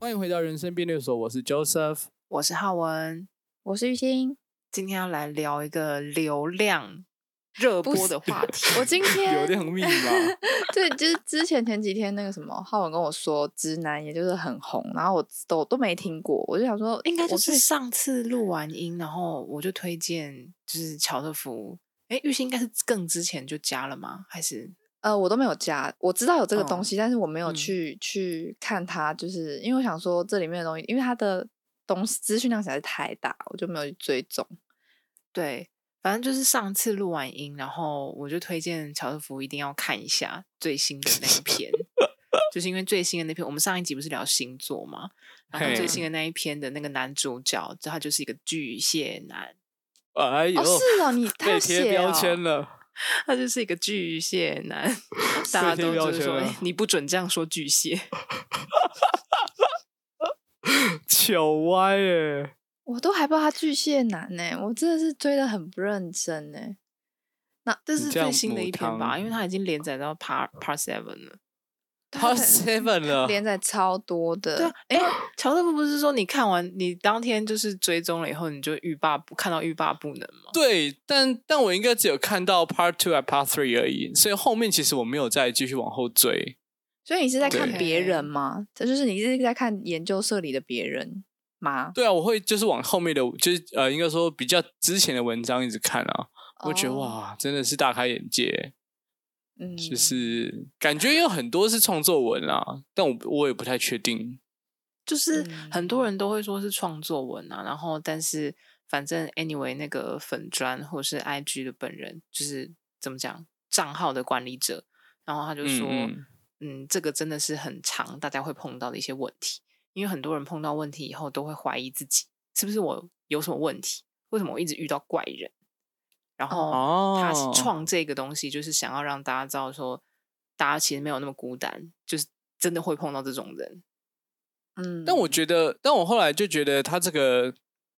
欢迎回到人生辩论所，我是 Joseph。我是浩文，我是玉兴。今天要来聊一个流量热不播的 是话题。我今流天量密码， 对，就是之前前几天那个什么浩文跟我说，直男也就是很红，然后我都都没听过，我就想说，应该就我是最上次录完音，然后我就推荐就是乔特夫。哎，玉鑫应该是更之前就加了吗？还是呃，我都没有加，我知道有这个嗯东西，但是我没有嗯去、去看它，就是因为我想说这里面的东西，因为它的东西资讯量实在是太大，我就没有去追踪。对，反正就是上次录完音，然后我就推荐乔特夫一定要看一下最新的那一篇， 就是因为最新的那篇，我们上一集不是聊星座吗？然后嘿最新的那一篇的那个男主角，他就是一个巨蟹男，哎呦，哦，是哦，你他被有贴写标哦，签了，他就是一个巨蟹 男，大家贴都标就是签说、了哎你不准这样说巨蟹。糗歪耶！我都还不知道他巨蟹男呢、我真的是追的很不认真呢、这你是这样最新的母一篇吧，汤因为它已经连载到 Part Part Seven 了。他他在 seven 了，连载超多的，对啊，哎、乔特夫不是说你看完你当天就是追踪了以后，你就欲罢不看到欲罢不能吗？对，但但我应该只有看到 part two 和 part three 而已，所以后面其实我没有再继续往后追。所以你是在看对别人吗？这就是你是在看研究社里的别人吗？对啊，我会就是往后面的，就是呃，应该说比较之前的文章一直看啊，我觉得哦，哇，真的是大开眼界，嗯，就是感觉有很多是创作文啊，但我我也不太确定。就是嗯很多人都会说是创作文啊，然后但是反正 anyway 那个粉砖或是 IG 的本人就是怎么讲账号的管理者，然后他就说，嗯嗯嗯，这个真的是很常大家会碰到的一些问题，因为很多人碰到问题以后都会怀疑自己是不是我有什么问题，为什么我一直遇到怪人？然后哦，他创这个东西就是想要让大家知道说，大家其实没有那么孤单，就是真的会碰到这种人。嗯，但我觉得，但我后来就觉得他这个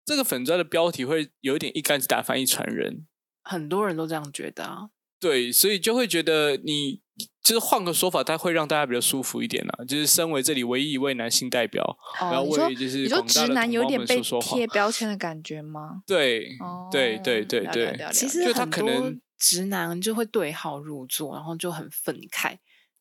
这个粉砖的标题会有一点一竿子打翻一船人，很多人都这样觉得啊，对，所以就会觉得你就是换个说法，它会让大家比较舒服一点啊。就是身为这里唯一一位男性代表，哦然后你说为就是你说广大的直男有同胞点们被说说话 贴标签的感觉吗？对，哦，对对对了对解了解了解其哦实就他很可多能直男就会对号入座，然后就很愤慨。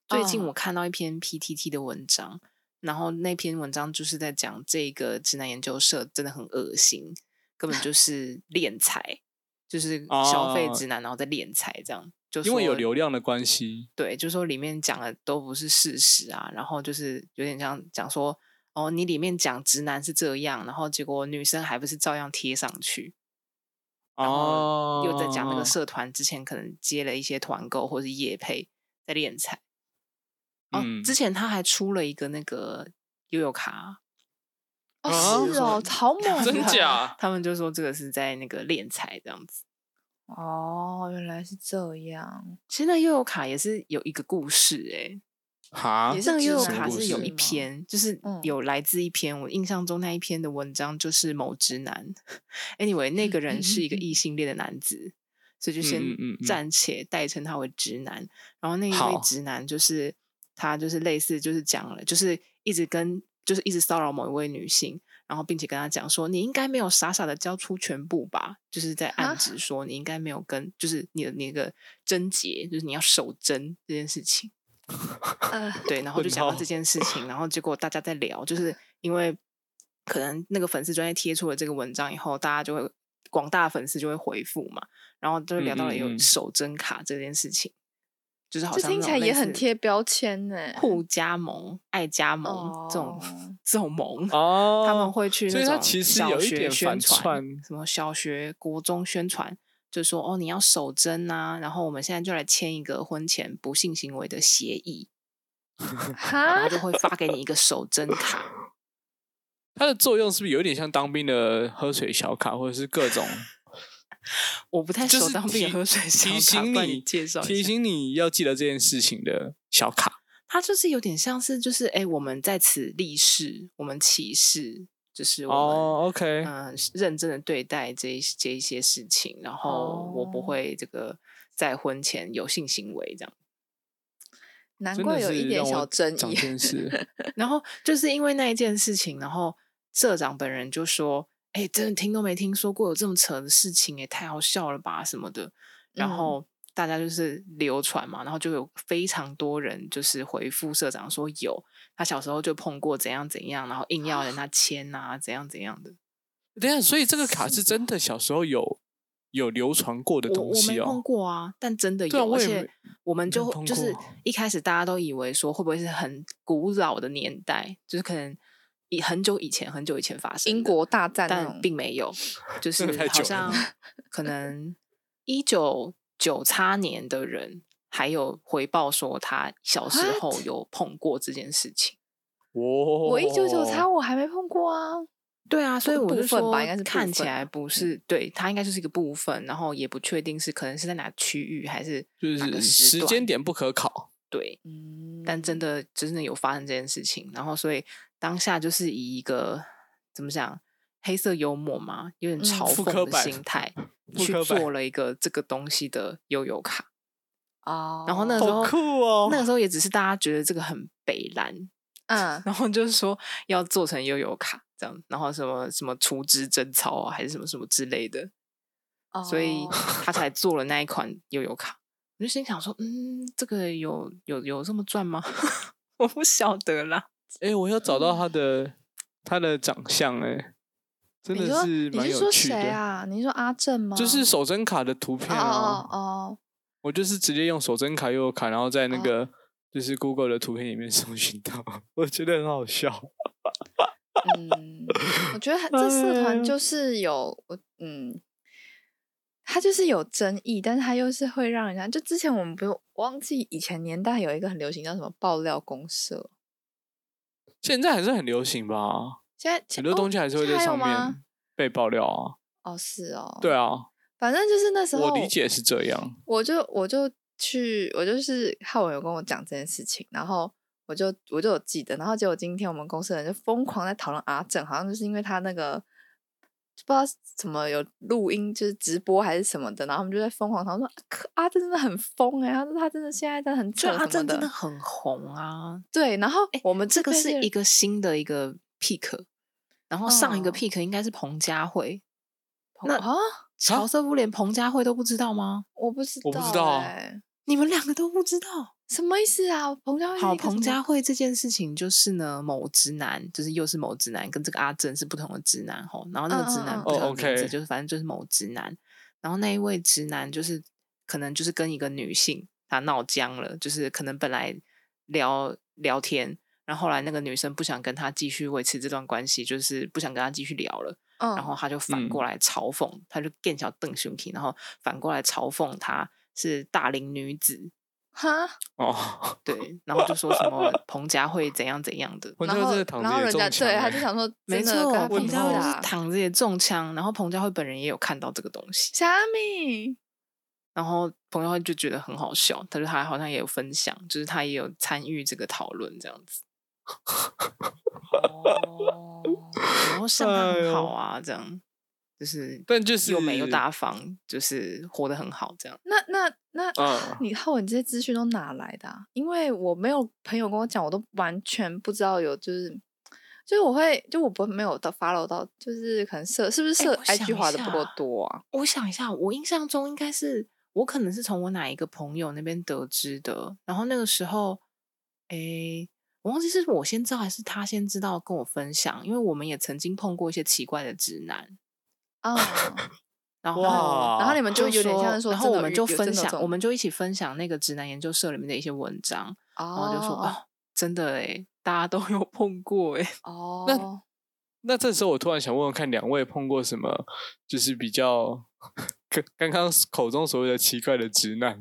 最近嗯我看到一篇 PTT 的文章，然后那篇文章就是在讲这个直男研究社真的很恶心，根本就是敛财，就是消费哦直男，然后再敛财这样。就因为有说流量的关系，对，就说里面讲的都不是事实啊，然后就是有点像讲说，哦，你里面讲直男是这样，然后结果女生还不是照样贴上去，然哦后，又在讲那个社团之前可能接了一些团购或是业配在敛财。哦，嗯之前他还出了一个那个悠悠卡，哦啊是哦，好猛啊，真假？他们就说这个是在那个敛财这样子。 哦，原来是这样，其实那悠悠卡也是有一个故事欸诶、哈也，是那个悠悠什么卡故是有事一篇，就是嗯有来自一篇、我印象中那一篇的文章，就是某直男。anyway，那个人是一嗯个异性恋的男子，所以就先嗯嗯嗯嗯暂且代称他为直男。然后那一位好直男就是他，就是类似就是讲了，就是一直跟就是一直骚扰某一位女性，然后并且跟他讲说，你应该没有傻傻的交出全部吧，就是在暗啊指说你应该没有跟，就是你的那个贞洁，就是你要守贞这件事情。 呃，对，然后就问讲到号这件事情，然后结果大家在聊，就是因为可能那个粉丝专业贴出了这个文章以后，大家就会广大粉丝就会回复嘛，然后就聊到了嗯嗯有嗯手真卡这件事情，就是好这像听那起种来类也很似贴标 签呢。互加盟、爱加盟、这种哦这种盟。哦，他们会去所那以它种其实小有一学点宣反传串，什么小学、国中宣传，就说哦，你要守贞啊，然后我们现在就来签一个婚前不性行为的协议，然哈后，就会发给你一个守贞卡。它的作用是不是有点像当兵的喝水小卡，或者是各种 我不太就熟是当兵提的喝水 小提卡醒不然你你介绍一提下醒你要记得这件事情的小卡？它就是有点像是就是哎、诶我们在此立誓，我们起誓，就是我们、哦，OK，嗯、认真的对待这一这一些事情，然后我不哦会这个在婚前有性行为这样。难真怪的有一是点让小我争长议。见 识。然后就是因为那一件事情，然后社长本人就说：“哎、真的听都没听说过有这么扯的事情、也太好笑了吧什么的。”然嗯后大家就是流传嘛，然后就有非常多人就是回复社长说有，他小时候就碰过怎样怎样，然后硬要人家签啊，怎样怎样的。等一下，所以这个卡是真的小时候有有流传过的我东我没西碰哦。过啊，但真的对有，啊我而也且没我们没就碰就是过啊一开始大家都以为说会不会是很古老的年代，就是可能以很久以前很久以前发生英的国大战那但种，并没有，就是 真的太好久了像 可能一九九叉年的人还有回报说他小时候 What？有碰过这件事情。我我一九哦九叉我还没碰过啊。对啊，所以部我就部分说，吧应该是部看起分来吧不是嗯对它应该就是一个部分，然后也不确定是可能是在哪区域还是就哪是个时时段间点不可考。对，嗯，但真的真的有发生这件事情，然后所以当下就是以一个怎么讲黑色幽默嘛，有点嗯嘲复讽刻的版心态复去刻版做了一个这个东西的悠游卡，哦，然后那个时好候酷哦那个时候也只是大家觉得这个很北蓝，嗯，然后就是说要做成悠游卡这样，然后什么什么除之贞操啊，还是什么什么之类的，所以哦他才做了那一款悠游卡。我就心想说，嗯，这个有有有这么赚吗？ 我不晓得啦。哎、我要找到他的他的长相哎、真你的说是你蛮是有说趣谁的。啊？你是说阿正吗？就是手真卡的图片哦啊哦，哦，我就是直接用手真卡、悠游卡，然后在那个就是 Google 的图片里面搜寻到， 我觉得很好 笑。嗯，我觉 得他这社哎团呀就是有我嗯，他就是有争议，但是他又是会让人家就之前我们不用忘记以前年代有一个很流行叫什么爆料公社，现在还是很流行吧，现在很多东西还是会在上哦现在还有吗面被爆料啊。哦是哦，对，啊，反正就是那时候我理解是这样。我就我就去，我就是浩文有跟我讲这件事情，然后我就我就有记得，然后结果今天我们公司的人就疯狂在讨论阿正，好像就是因为他那个不知道什么有录音，就是直播还是什么的，然后我们就在疯狂讨论说，啊可阿正真的很疯哎、欸，他他真的现在真的很扯所以什阿么正真的的呃很红啊，对，然后诶我们这个辈是的一个新的一个 peak，然后上一个嗯 peak 应该是彭佳慧。那那啊，乔瑟夫连彭佳慧都不知道吗？我不知道、欸，我不知道啊你们两个都不知道。什么意思啊？彭佳慧是好，一个什彭么佳慧这件事情就是呢，某直男，就是又是某直男，跟这个阿正是不同的直男吼。然后那个直嗯嗯男嗯不哦同的名字， ，OK 就是反正就是某直男。然后那一位直男就是可能就是跟一个女性他闹僵了，就是可能本来聊聊天，然后后来那个女生不想跟他继续维持这段关系，就是不想跟他继续聊了。嗯，然后他就反过来嘲讽，他就更小邓雄平，然后反过来嘲讽他是大龄女子，哈，哦，对，然后就说什 么彭佳慧怎样怎样的，我然觉得后这个躺然着后也人中家枪对他欸就想说，没真的跟错，他彭问拼佳号慧了就是啊躺着也中枪，然后彭佳慧本人也有看到这个东西，虾米，然后彭佳慧就觉得很好笑，他说他好像也有分享，就是他也有参与这个讨论这样 子，哦，然后像他哎很呦好啊，这样就是但就是又美又大方，就是活得很好这样。那那那，嗯你浩文这些资讯都哪来的、啊？因为我没有朋友跟我讲，我都完全不知道有就是，就是我会就我不没有到 follow 到，就是可能社是不是哎社我想 IG 一划的不够下多啊？我想一下，我印象中应该是我可能是从我哪一个朋友那边得知的，然后那个时候，诶，我忘记是我先知道还是他先知道跟我分享，因为我们也曾经碰过一些奇怪的直男，啊、然后哇然后你们就哦就有点像是说然真后的我们有就有真分的有这享，种我们就一起分享那个直男研究社里面的一些文章，然后就说哦哦，真的诶，大家都有碰过诶，哦，那那这时候我突然想问问看，两位碰过什么就是比较跟刚刚口中所谓的奇怪的直男？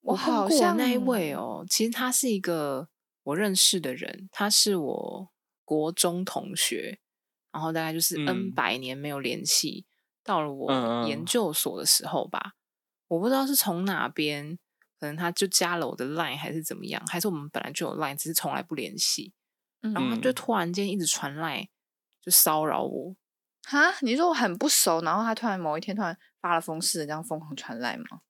我碰好过像那一位，哦，其实他是一个我认识的人，他是我国中同学，然后大概就是嗯 N 百年没有联系，到了我嗯研嗯究所的时候吧，我不知道是从哪边，可能他就加了我的 Line 还是怎么样，还是我们本来就有 Line，只是从来不联系，嗯然后他就嗯突然间一直传 Line 就骚扰我，哈，你说我很不熟，然后他突然某一天突然发了疯似的这样疯狂传来吗？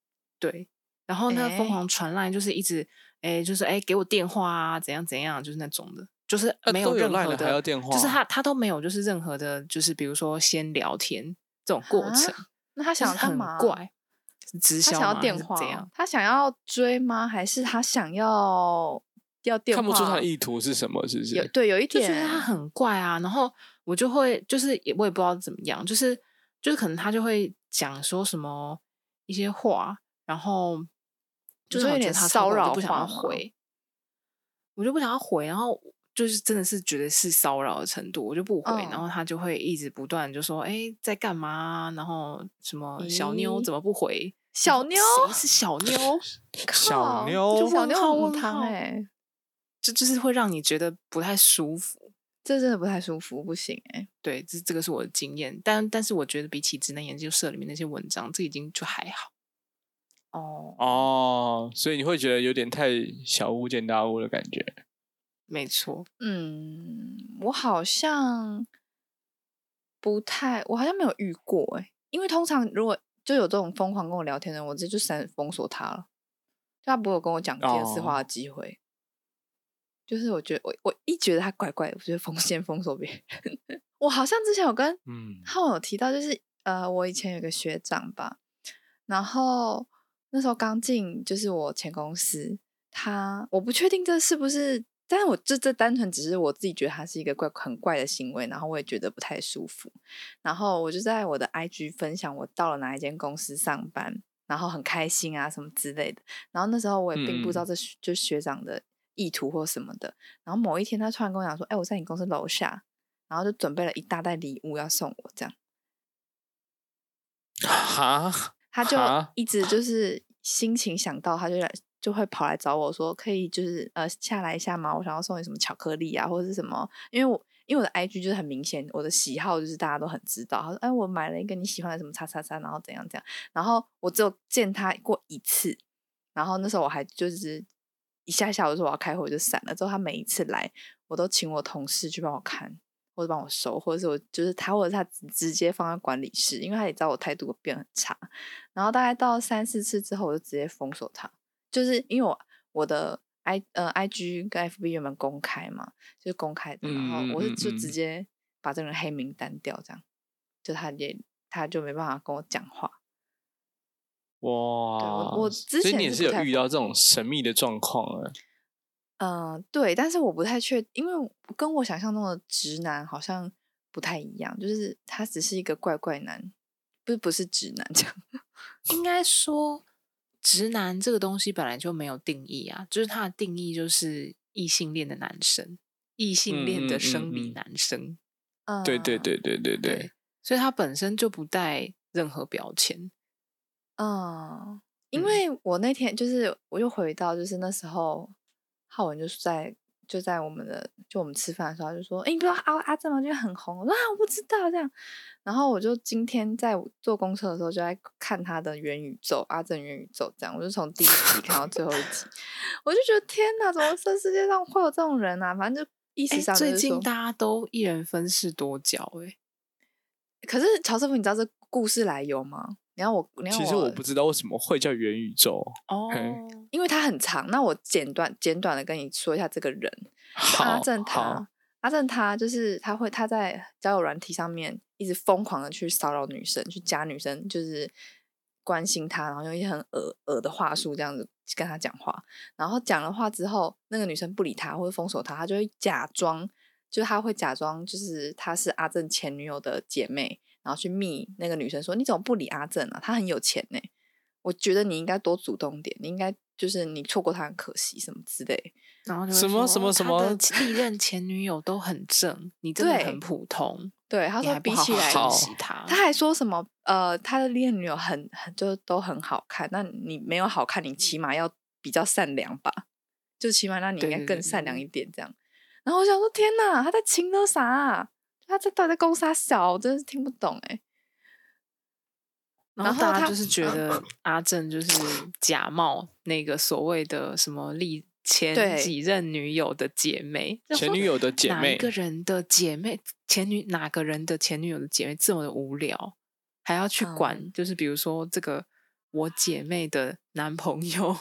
对，然后那个哎疯狂传烂就是一直，哎、就是哎、给我电话啊，怎样怎样，就是那种的，就是啊呃没都有任 Line 何了的，还要电话就是啊他他都没有就是任何的，就是比如说先聊天这种过啊程，那他就是想要干很嘛？啊怪，是直销他想要吗电还是话怎哦样？？他想要追吗？还是他想要要电话？哦看不出他的意图是什么，是不有是？对有一就觉点得他很怪啊，然后我就会就是也我也不知道怎么样，就是就是可能他就会讲说什么一些话，然后就是你说我有觉点得他错骚过我扰就不想要话吗回，我就不想要回，然后就是真的是觉得是骚扰的程度，我就不回，然嗯后他就会一直不断地就说哎、在干嘛啊，然后什么小妞咦怎么不回，小妞，谁是小妞？小靠妞小问号妞母问汤号哎，这就是会让你觉得不太舒服。这真的不太舒服，不行哎。对，这这个是我的经验，但但是我觉得比起直男研究社里面那些文章，这已经就还好。哦，哦，所以你会觉得有点太小巫见大巫的感觉。没错，嗯，我好像不太，我好像没有遇过哎，因为通常如果就有这种疯狂跟我聊天的人，我直接就删封锁他了，就他不会有跟我讲第二次话的机会。就是我觉得我我一觉得他怪怪的，我就封先封锁别人。 我好像之前有跟嗯， 浩文有提到，就是呃，我以前有个学长吧，然后那时候刚进就是我前公司，他我不确定这是不是，但是我这这单纯只是我自己觉得他是一个怪很怪的行为，然后我也觉得不太舒服，然后我就在我的 IG 分享我到了哪一间公司上班，然后很开心啊什么之类的，然后那时候我也并不知道这学就是学长的意图或什么的，然后某一天他突然跟我讲说，哎、我在你公司楼下。然后就准备了一大袋礼物要送我，这样哈，他就哈一直就是心情想到，他就来就会跑来找我说，可以就是呃下来一下吗？我想要送你什么巧克力啊，或者是什么？因为我因为我的 IG 就是很明显，我的喜好就是大家都很知道。他说，哎，我买了一个你喜欢的什么叉叉叉，然后怎样怎样。然后我只有见他过一次，然后那时候我还就是一下下我就说我要开会，我就闪了。之后他每一次来，我都请我同事去帮我看。或者帮我收，或者是我就是他，或者是他直直接放在管理室，因为他也知道我态度变很差。然后大概到三四次之后，我就直接封锁他，就是因为我我的 i 呃 i g 跟 f b 原本公开嘛，就是公开的，然嗯嗯后我是嗯就嗯直接把这个人黑名单掉，这样，就他也他就没办法跟我讲话。哇！我我之所以前你也是是不有太遇疯到这种神秘的状况啊了。嗯，对，但是我不太确，因为跟我想象中的直男好像不太一样，就是他只是一个怪怪男，不是不是直男这样。应该说，直男这个东西本来就没有定义啊，就是它的定义就是异性恋的男生，异性恋嗯嗯的嗯生理嗯男生，嗯， 对对，对对对对啊对，所以它本身就不带任何标签。嗯，因嗯为我那天就是我又回到就是那时候，浩文就是在就在我们的就我们吃饭的时候，他就说：“哎、你不知道阿阿正吗？就很红。”我说：“啊，我不知道。”这样，然后我就今天在坐公车的时候就在看他的元宇宙，阿正元宇宙这样，我就从第一集看到最后一 集，我就觉得天哪，怎么这世界上会有这种人啊？反正就意识哎，上就最是近说大家都一人分饰多角、哎，可是乔师傅，你知道这故事来由吗？你要我，你要其实我不知道为什么会叫元宇宙。哦嘿因为他很长，那我简短简短的跟你说一下这个人，阿好，好正他，阿正他就是他会他在交友软体上面一直疯狂的去骚扰女生，去加女生，就是关心她，然后用一些很恶恶的话术这样子跟她讲话，然后讲了话之后，那个女生不理他或者封锁他，他就会假装，就是他会假装就是他是阿正前女友的姐妹，然后去密那个女生说你怎么不理阿正啊？他很有钱呢、我觉得你应该多主动点，你应该就是你错过他很可惜什么之类。然后就会什么说哦什么什么他的历任前女友都很正，你真的对很普通。对，他你说还不比好起好来，好珍惜他，他还说什么？呃，他的恋女友很很就都很好看，那你没有好看，你起码要比较善良吧？就起码那你嗯应对该对更对善良嗯一点这样。然后我想说，天哪，他在情勒啥啊、他在到底在攻啥小？我真是听不懂哎、然后然后大家他嗯就是觉得阿正就是假冒那个所谓的什么历前对几任女友的姐妹，就前说女友的姐哪一妹个人的姐妹前女哪个人的前女友的姐妹这么的无聊，还要去管，嗯就是比如说这个我姐妹的男朋友，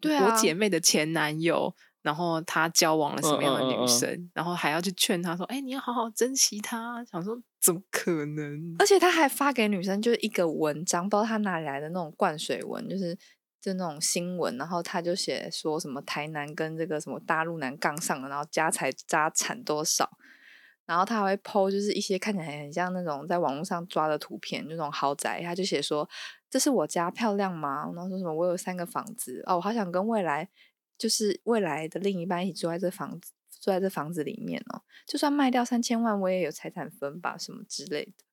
对啊我姐妹的前男友，然后他交往了什么样的嗯嗯嗯女嗯生，然后还要去劝她说：“哎、你要好好珍惜她。”啊想说怎么可能？而且他还发给女生就是一个文章，不知道他哪里来的那种灌水文，就是就那种新闻，然后他就写说什么台南跟这个什么大陆男杠上了，然后家财家产多少，然后他还会 PO 就是一些看起来很像那种在网络上抓的图片，那种豪宅，他就写说这是我家漂亮吗？然后说什么我有三个房子哦，我好想跟未来就是未来的另一半一起住在这房子。住在这房子里面哦，就算卖掉三千万，我也有财产分吧，什么之类的。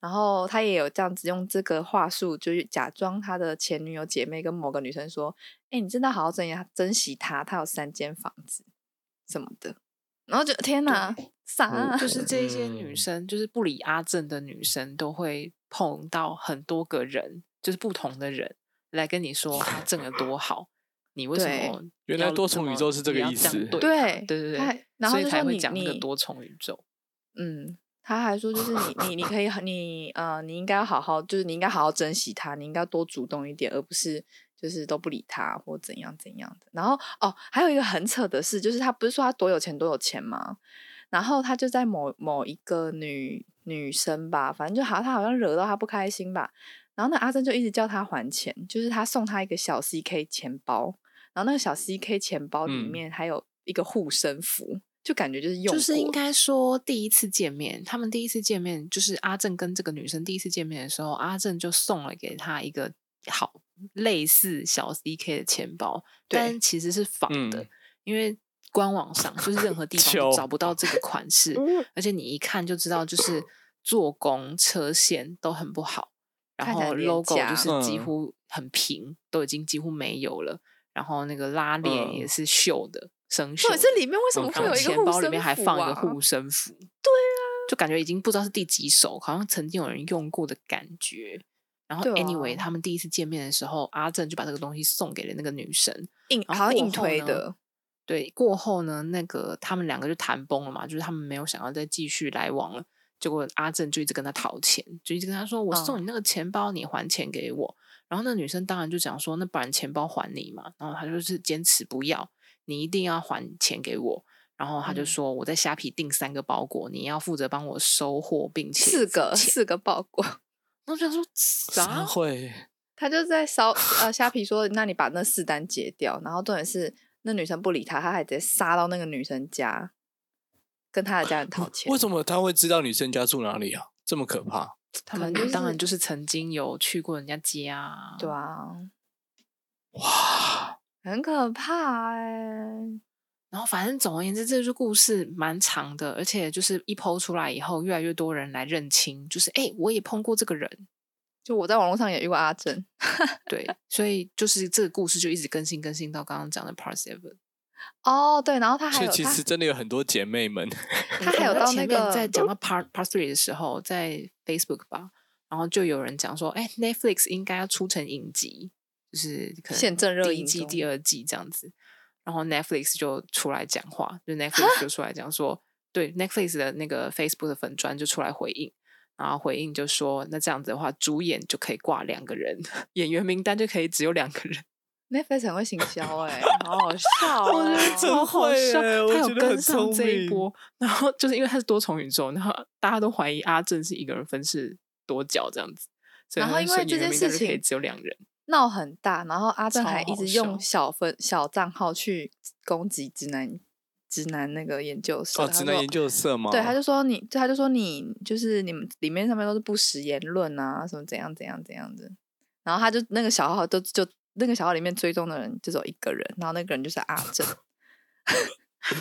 然后他也有这样子用这个话术，就是假装他的前女友姐妹跟某个女生说：“哎、你真的好好珍惜她珍惜她，她有三间房子什么的。”然后就天哪，啥、啊？就是 这一些女嗯生，就是不理阿正的女生，都会碰到很多个人，就是不同的人来跟你说阿正有多好，你为什对么原来要多这重宇么宙是这你个要意样思对对他对对他对，然后所以就才说会你讲那个你多重宇宙。嗯，他还说就是你你你可以很你呃，你应该要好好，就是你应该好好珍惜他，你应该多主动一点，而不是就是都不理他或怎样怎样的。然后哦，还有一个很扯的事，就是他不是说他多有钱多有钱吗？然后他就在某某一个女女生吧，反正就好，他好像惹到他不开心吧。然后那阿珍就一直叫他还钱，就是他送他一个小 CK 钱包，然后那个小 CK 钱包里嗯面还有一个护身符，就感觉就是用就是过应的该说第一次见面，他们第一次见面就是阿正跟这个女生第一次见面的时候，阿正就送了给她一个好类似小 CK 的钱包，对但其实是仿的，嗯因为官网上就是任何地方糗 都找不到这个款式，而且你一看就知道就是做工、车线都很不好，然看起来后很廉 logo 价就是几嗯乎很平，都已经几乎没有了，然后那个拉链也嗯是锈的。生锈或者的。是里面为什么嗯会然有后一个钱护包里身面还符放一啊个护身符。对啊，就感觉已经不知道是第几手，好像曾经有人用过的感觉。然后对啊，anyway，、他们第一次见面的时候，阿正就把这个东西送给了那个女生。硬然好后像硬过后推呢的，对，过后呢，那个他们两个就谈崩了嘛，就是他们没有想要再继续来往了。结果阿正就一直跟他讨钱，就一直跟他说：“我送嗯你那个钱包，你还钱给我。”然后那女生当然就讲说：“那不然钱包还你嘛。”然后他就是坚持不要，你一定要还钱给我。然后他就嗯说：“我在虾皮订三个包裹，你要负责帮我收货，并且四付个钱。四个包裹，” 然后我想说啥啥？会？他就在烧呃虾皮说，那你把那四单结掉，然后重点是那女生不理他，他还直接杀到那个女生家，跟他的家人讨钱为，什么他会知道女生家住哪里啊？这么可怕？他可们能就当是然就是曾经有去过人家家啊，对啊，哇！很可怕哎、然后反正总而言之，这就是故事蛮长的，而且就是一剖出来以后，越来越多人来认清，就是哎、诶我也碰过这个人，就我在网络上也遇过阿珍，对，所以就是这个故事就一直更新更新到刚刚讲的 Part Seven。哦对，然后他还所以有其他实真的有很多姐妹 们，他还有到那个在讲到 Part Part Three 的时候，在 Facebook 吧，然后就有人讲说，哎、n e t f l i x 应该要出成影集，就是可能现正热第一映季、中第二季这样子。然后 Netflix 就出来讲话，就 Netflix 就出来讲说，对 Netflix 的那个 Facebook 的粉砖就出来回应，然后回应就说，那这样子的话，主演就可以挂两个人， 演员名单就可以只有两个人。 Netflix 很会行 销哎、好好笑、我觉哦，得真超好会笑，耶他我有觉得跟很上聪这一明波，然后就是因为他是多重宇宙，然后大家都怀疑阿正是一个人分饰多角这样子，所以然他后就因说为演这员件名单事就可以情只有两人，闹很大，然后阿正超还一好直笑用小分小账号去攻击直男直男那个研究社，哦，他直男说研究社吗？对，他就说你，他就说你就是你们里面上面都是不实言论啊，什么怎样怎样怎样的。然后他就那个小号都就那个小号里面追踪的人就只有一个人，然后那个人就是 阿正，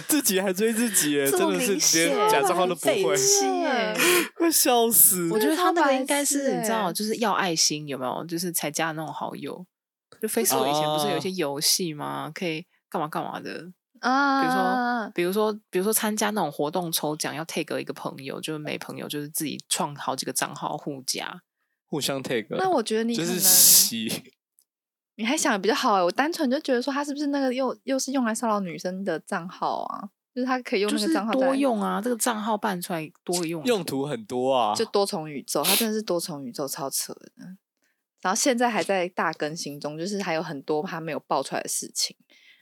自己还追自己耶，这真么的是明连显假账号都不北会，七耶 会笑死。我觉得真的他超那个白应该痴是你知道，欸就是要爱心有没有？就是才加那种好友，就 Facebook 以前不是有一些游戏吗？可以干嘛干嘛的。啊，比如说，比如说参加那种活动抽奖，要 take 一个朋友，就是没朋友，就是自己创好几个账号互加。互相 take，那我觉得你就可是能洗，你还想的比较好哎、我单纯就觉得说他是不是那个又又是用来骚扰女生的账号啊？就是他可以用就那是个账号再多来用啊，这个账号办出来多用啊用途很多啊，就多重宇宙，他真的是多重宇宙，超扯的。然后现在还在大更新中，就是还有很多他没有爆出来的事情。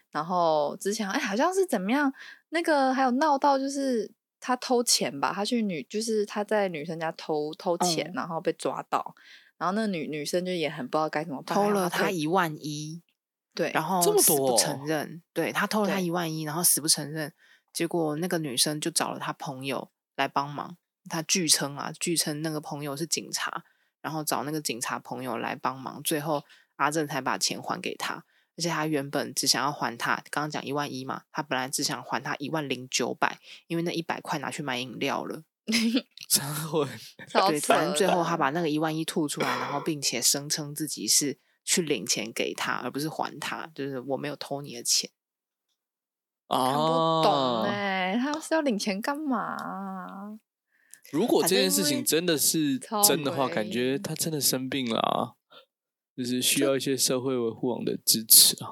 然后之前哎，好像是怎么样，那个还有闹到就是他偷钱吧，他去女就是他在女生家偷偷钱，嗯然后被抓到，然后那女女生就也很不知道该怎么办，偷然后了被他一万一，对，然后这么死多不哦承认，对他偷了他对一万一，然后死不承认，结果那个女生就找了他朋友来帮忙，他据称啊，据称那个朋友是警察，然后找那个警察朋友来帮忙，最后阿正才把钱还给他，而且他原本只想要还他刚刚讲一万一嘛，他本来只想还他一万零九百，因为那一百块拿去买饮料了，然后超对，扯反正最后的他把那个一万一吐出来，然后并且声称自己是去领钱给他，而不是还他，就是我没有偷你的钱。看不懂啊，哎、他是要领钱干嘛啊？如果反这正件事因为情真的是超真的话，感诡觉异他真的生病了啊，就是需要一些社会维护网的支持啊。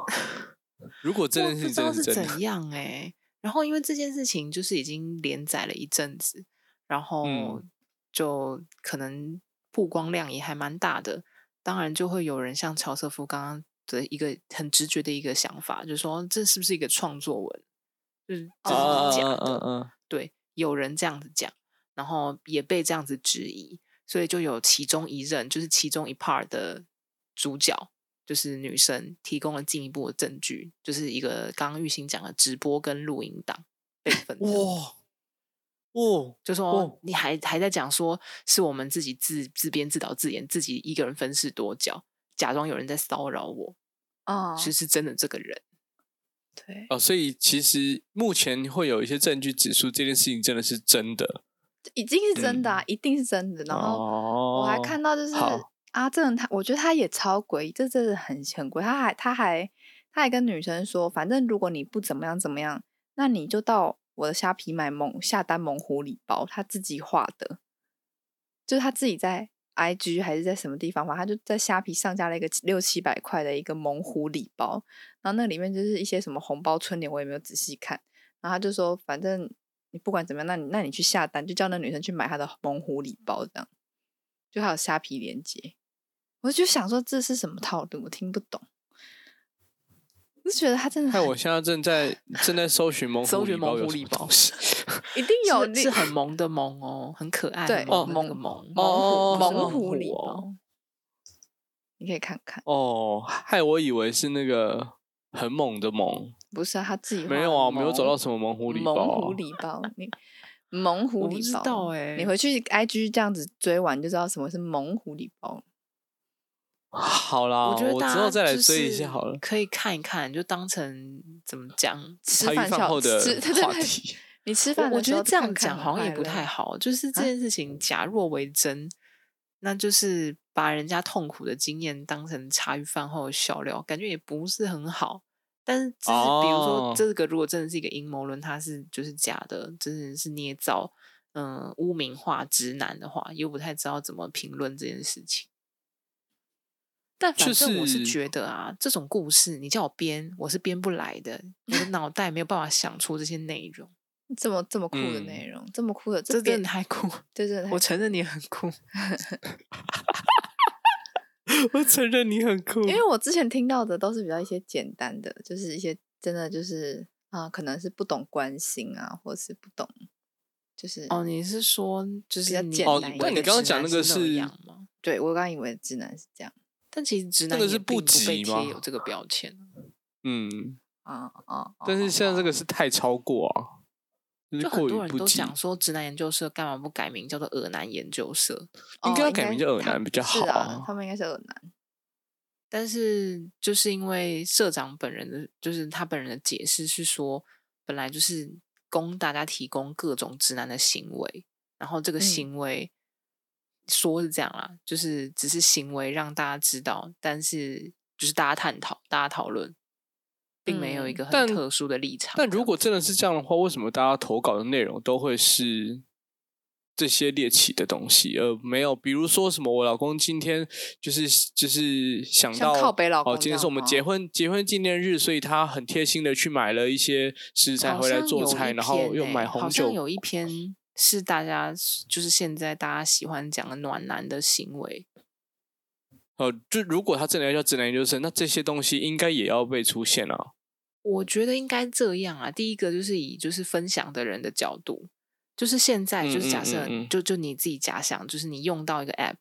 如果这我件不事情知真道的是真的，怎样哎、然后因为这件事情就是已经连载了一阵子，然后嗯就可能曝光量也还蛮大的，当然就会有人像乔瑟夫刚刚的一个很直觉的一个想法，就是说这是不是一个创作文？就是这啊是假啊的。啊啊啊！对，有人这样子讲，然后也被这样子质疑，所以就有其中一任，就是其中一 part 的主角，就是女生提供了进一步的证据，就是一个刚刚玉兴讲的直播跟录音档备份的，哇哇，哦就说你还还在讲说是我们自己自自编自导自演，自己一个人分饰多角，假装有人在骚扰我，啊、其实是真的这个人，对，哦，所以其实目前会有一些证据指出这件事情真的是真的。已经是真的、啊，一定是真的。然后哦，我还看到就是好阿正他，我觉得他也超诡异，这真的很很诡异。他还他还他还跟女生说，反正如果你不怎么样怎么样，那你就到我的虾皮买蒙下单蒙狐狸包，他自己画的，就是他自己在 IG 还是在什么地方吧，他就在虾皮上架了一个六七百块的一个蒙狐狸包，然后那里面就是一些什么红包春联，我也没有仔细看。然后他就说，反正你不管怎么样，那你那你去下单，就叫那女生去买她的蒙狐狸包，这样，就还有虾皮链接。我就想说这是什么套路，我听不懂。我就觉得他真的看很我现在正在正在搜寻蒙搜狐寻狸蒙包有狐什狸么包东西一定有是是那很萌的萌哦，很可爱，对萌的那萌个萌哦不是蒙狐狐狸哦包，你可以看看。哦，害我以为是那个很猛的猛，不是啊，他自己没画有的啊，我没有找蒙到什么蒙狐狸包蒙啊。狐狸包，你蒙狐我狸包，啊不知道欸你回去 IG 这样子追完，你就知道什么是蒙狐狸包。好啦，我哦我觉得大家之后再来就追一是下好了。可以看一看，就当成怎么讲？吃茶余饭饭小后的吃对对话 对题，你吃我饭我的时觉得候这样看看讲很好像也快不乐啊太。好，就是这件事情假若为真，那就是把人家痛苦的经验当成茶余饭后的笑料，感觉也不是很好。但是，就是比如哦说这个，如果真的是一个阴谋论，它是就是假的，真的是捏造，嗯、污名化直男的话，又不太知道怎么评论这件事情。但反就正我是是觉得啊，这种故事你叫我编，我是编不来的，我的脑袋没有办法想出这些内容。这么这么酷的嗯内容，这么酷的，这边真的太酷，对对对我，承认你很酷。 我承认你很酷嗯因为我之前听到的都是比较一些简单的，就是一些真的就是啊、可能是不懂关心啊，或是不懂，就是哦，你是说就较是你简哦单一，那点你刚刚讲那个是那是样吗？对我刚以为直男是这样但其实直那男个也是不并不被急吗贴有这个标签。嗯， 啊啊，但是现在这个是太超过啊，就是哦就过很多于人都不及。讲说，直男研究社干嘛不改名叫做耳男研究社？应哦该要改名叫耳他男比较是好啊啊，他们应该是耳男，但是就是因为社长本人的，就是他本人的解释是说，本来就是供大家提供各种直男的行为，然后这个嗯行为、说是这样啦，就是只是行为让大家知道，但是就是大家探讨、大家讨论，并没有一嗯个很但特殊的立场这但样。如果真的是这样的话，为什么大家投稿的内容都会是这些猎奇的东西，而没有比如说什么我老公今天就是就是想像到靠北老公哦，今天这是我样们吗结婚结婚纪念日，所以他很贴心的去买了一些食材好回来像做有菜，一然后篇又欸买红好像酒有一篇是大家就是现在大家喜欢讲的暖男的行为，呃，就如果他真的要叫直男研究生，那这些东西应该也要被出现啊。我觉得应该这样啊。第一个就是以就是分享的人的角度，就是现在嗯就嗯是假设、嗯嗯就就你自己假想，就是你用到一个 app，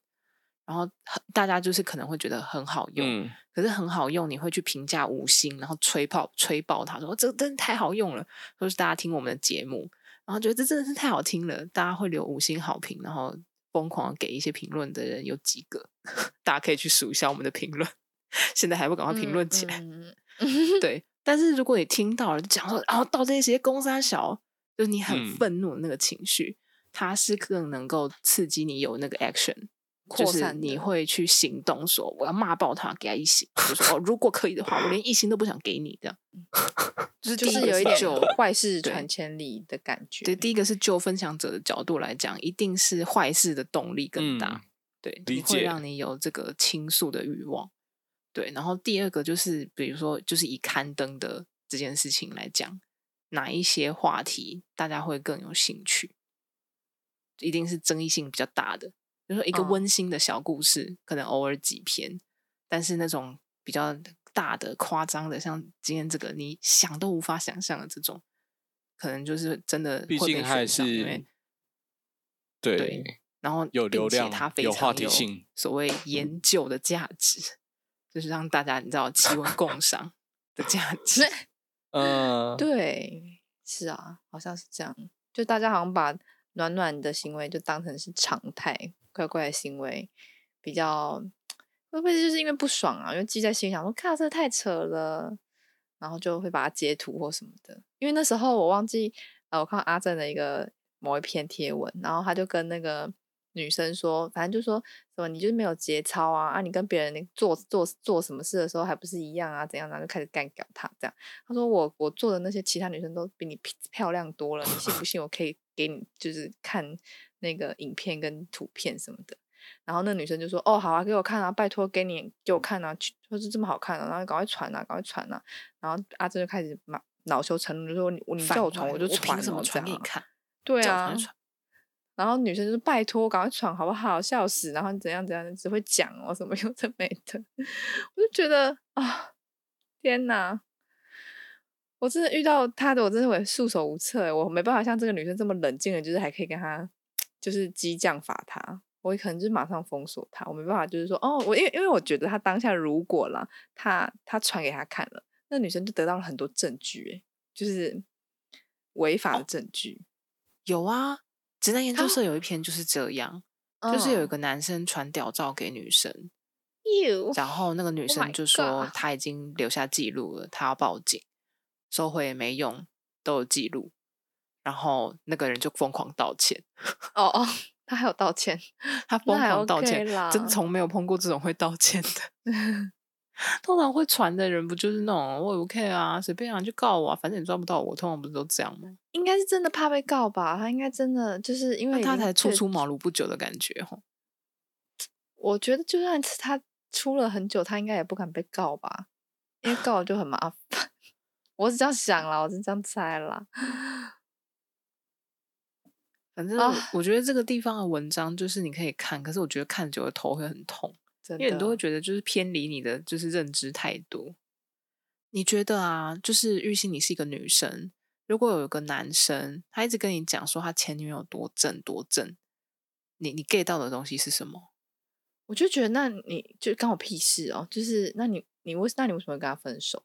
然后很大家就是可能会觉得很好用，嗯，可是很好用，你会去评价五星，然后吹爆吹爆它，说哦这真的太好用了，或是大家听我们的节目，然后觉得这真的是太好听了，大家会留五星好评，然后疯狂地给一些评论的人有几个？ 大家可以去数一下我们的评论，现在还不赶快评论起来。嗯对，但是如果你听到了就讲说，哦，到这些公三小，就是你很嗯愤怒的那个情绪，它是更能够刺激你有那个 action，就扩是散你的会去行动说，我要骂爆他，给他一星，就说哦，如果可以的话，我连一星都不想给 你这样。就是就第一是个有一点就坏事对传千里的感觉。对，第一个是就分享者的角度来讲，一定是坏事的动力更大。嗯对，理你会解让你有这个倾诉的欲望。对，然后第二个就是，比如说，就是以刊登的这件事情来讲，哪一些话题大家会更有兴趣？一定是争议性比较大的，比如说一个嗯温馨的小故事，可能偶尔几篇，但是那种比较大的、夸张的，像今天这个你想都无法想象的这种，可能就是真的毕会被竟还选上因为是对对然后有并流且量它非有常话题性，所谓研究的价值，就是让大家你知道奇闻共赏的价值。嗯，对，是啊，好像是这样。就大家好像把暖暖的行为就当成是常态，怪怪的行为比较，会不会就是因为不爽啊？因为记在心里想说，靠，这太扯了，然后就会把它截图或什么的。因为那时候我忘记，呃，我看到阿正的一个某一篇贴文，然后他就跟那个。女生说，反正就说什么你就是没有节操啊啊！你跟别人那做做做什么事的时候还不是一样啊？怎样？然后就开始干掉他这样。他说我我做的那些其他女生都比你漂漂亮多了，你 信不信？我可以给你就是看那个影片跟图片什么的。然后那女生就说：“哦，好啊，给我看啊，拜托，给你给我看啊，去就是这么好看啊，然后赶快传啊，赶快传啊。”然后阿珍就开始恼恼羞成怒，就说：“你你反叫我过传，来我就我传凭哦，什么这传给样你啊看？对叫我啊传就，传然后女生就是拜托，赶快闯好不好？笑死！然后怎样怎样，只会讲哦，什么有的没的， 我就觉得啊，天哪！我真的遇到他的，我真的会束手无策欸，我没办法像这个女生这么冷静的，就是还可以跟他就是激将法他，我可能就是马上封锁他，我没办法就是说哦，我因为因为我觉得他当下如果啦，他他传给他看了，那女生就得到了很多证据，哎，就是违哦法的证据，有啊，直男研究啊社有一篇就是这样，就是有一嗯个男生传屌照给女生， You 然后那个女 Oh 生 my 就说 God 她已经留下记录了，她要报警，收回也没用，都有记录。然后那个人就疯狂道歉，哦哦，他还有道歉，他疯那还狂道 OK 歉，真啦从没有碰过这种会道歉的。 通常会传的人不就是那种我也不 care 啊，随便啊，你就告我啊，反正你抓不到我。通常不是都这样吗？应该是真的怕被告吧？他应该真的就是因那为他已经才初确出，茅庐不久的感觉吼。我觉得就算是他出了很久，他应该也不敢被告吧，因为告了就很麻烦。 我是这样想啦，我是这样猜啦。反正啊我觉得这个地方的文章就是你可以看，可是我觉得看久了头会很痛，真因为你都会的，觉得就是偏离你的就是认知太多。你觉得啊，就是玉鑫，你是一个女生，如果有一个男生他一直跟你讲说他前女友多正多正，你你 get 到的东西是什么？我就觉得那你就干我屁事哦，就是那你你为那你为什么会跟他分手？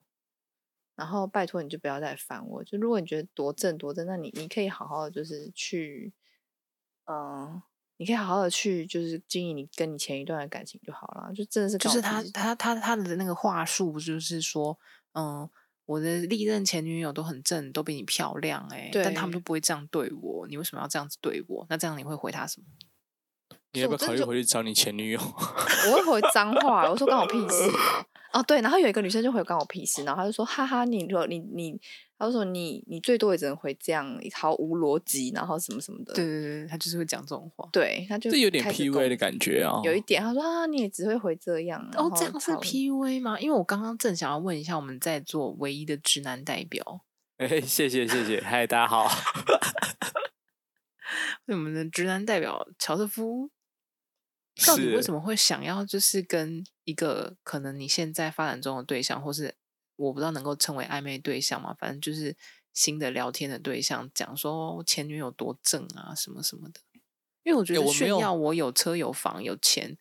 然后拜托你就不要再烦我。就如果你觉得多正多正，那你你可以好好的就是去，嗯、你可以好好的去就是经营你跟你前一段的感情就好了。就真的是就干是我屁他事他他他的那个话术，不就是说，嗯，我的历任前女友都很正，都比你漂亮、欸，哎，但他们对都不会这样对我，你为什么要这样子对我？那这样你会回他什么？你要不要我真考虑就回去找你前女友？ 我会回脏话，我说关我屁事啊。 哦，对，然后有一个女生就回关我屁事，然后她就说哈哈，你如果你你，她就说你你最多也只能回这样，毫无逻辑，然后什么什么的。对对对，他就是会讲这种话。对，她就这有点开始 PUA 攻的感觉啊。有一点，她说啊，你也只会回这样。然哦，这后样是讨论 PUA 吗？因为我刚刚正想要问一下，我们在座唯一的直男代表，哎、谢谢谢谢，嗨，大家好。我们的直男代表乔瑟夫，到底是为什么会想要就是跟一个可能你现在发展中的对象，或是我不知道能够称为暧昧对象嘛，反正就是新的聊天的对象，讲说前女友多正啊什么什么的。因为我觉欸得我没炫有耀我有车有房有钱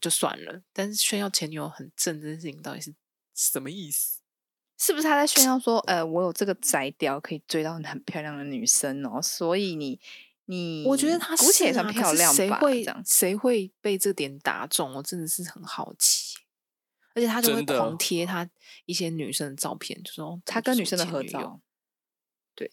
就算了，但是炫耀前女友很正这件事情到底是什么意思？是不是他在炫耀说，呃，我有这个摘雕可以追到很漂亮的女生哦，所以你你，我觉得她姑且是算啊漂可是亮谁吧，这会样谁会被这点打中？我真的是很好奇。而且他就会真的哦狂贴他一些女生的照片，就说他跟女生的合，这就是我前女友嗯照，对，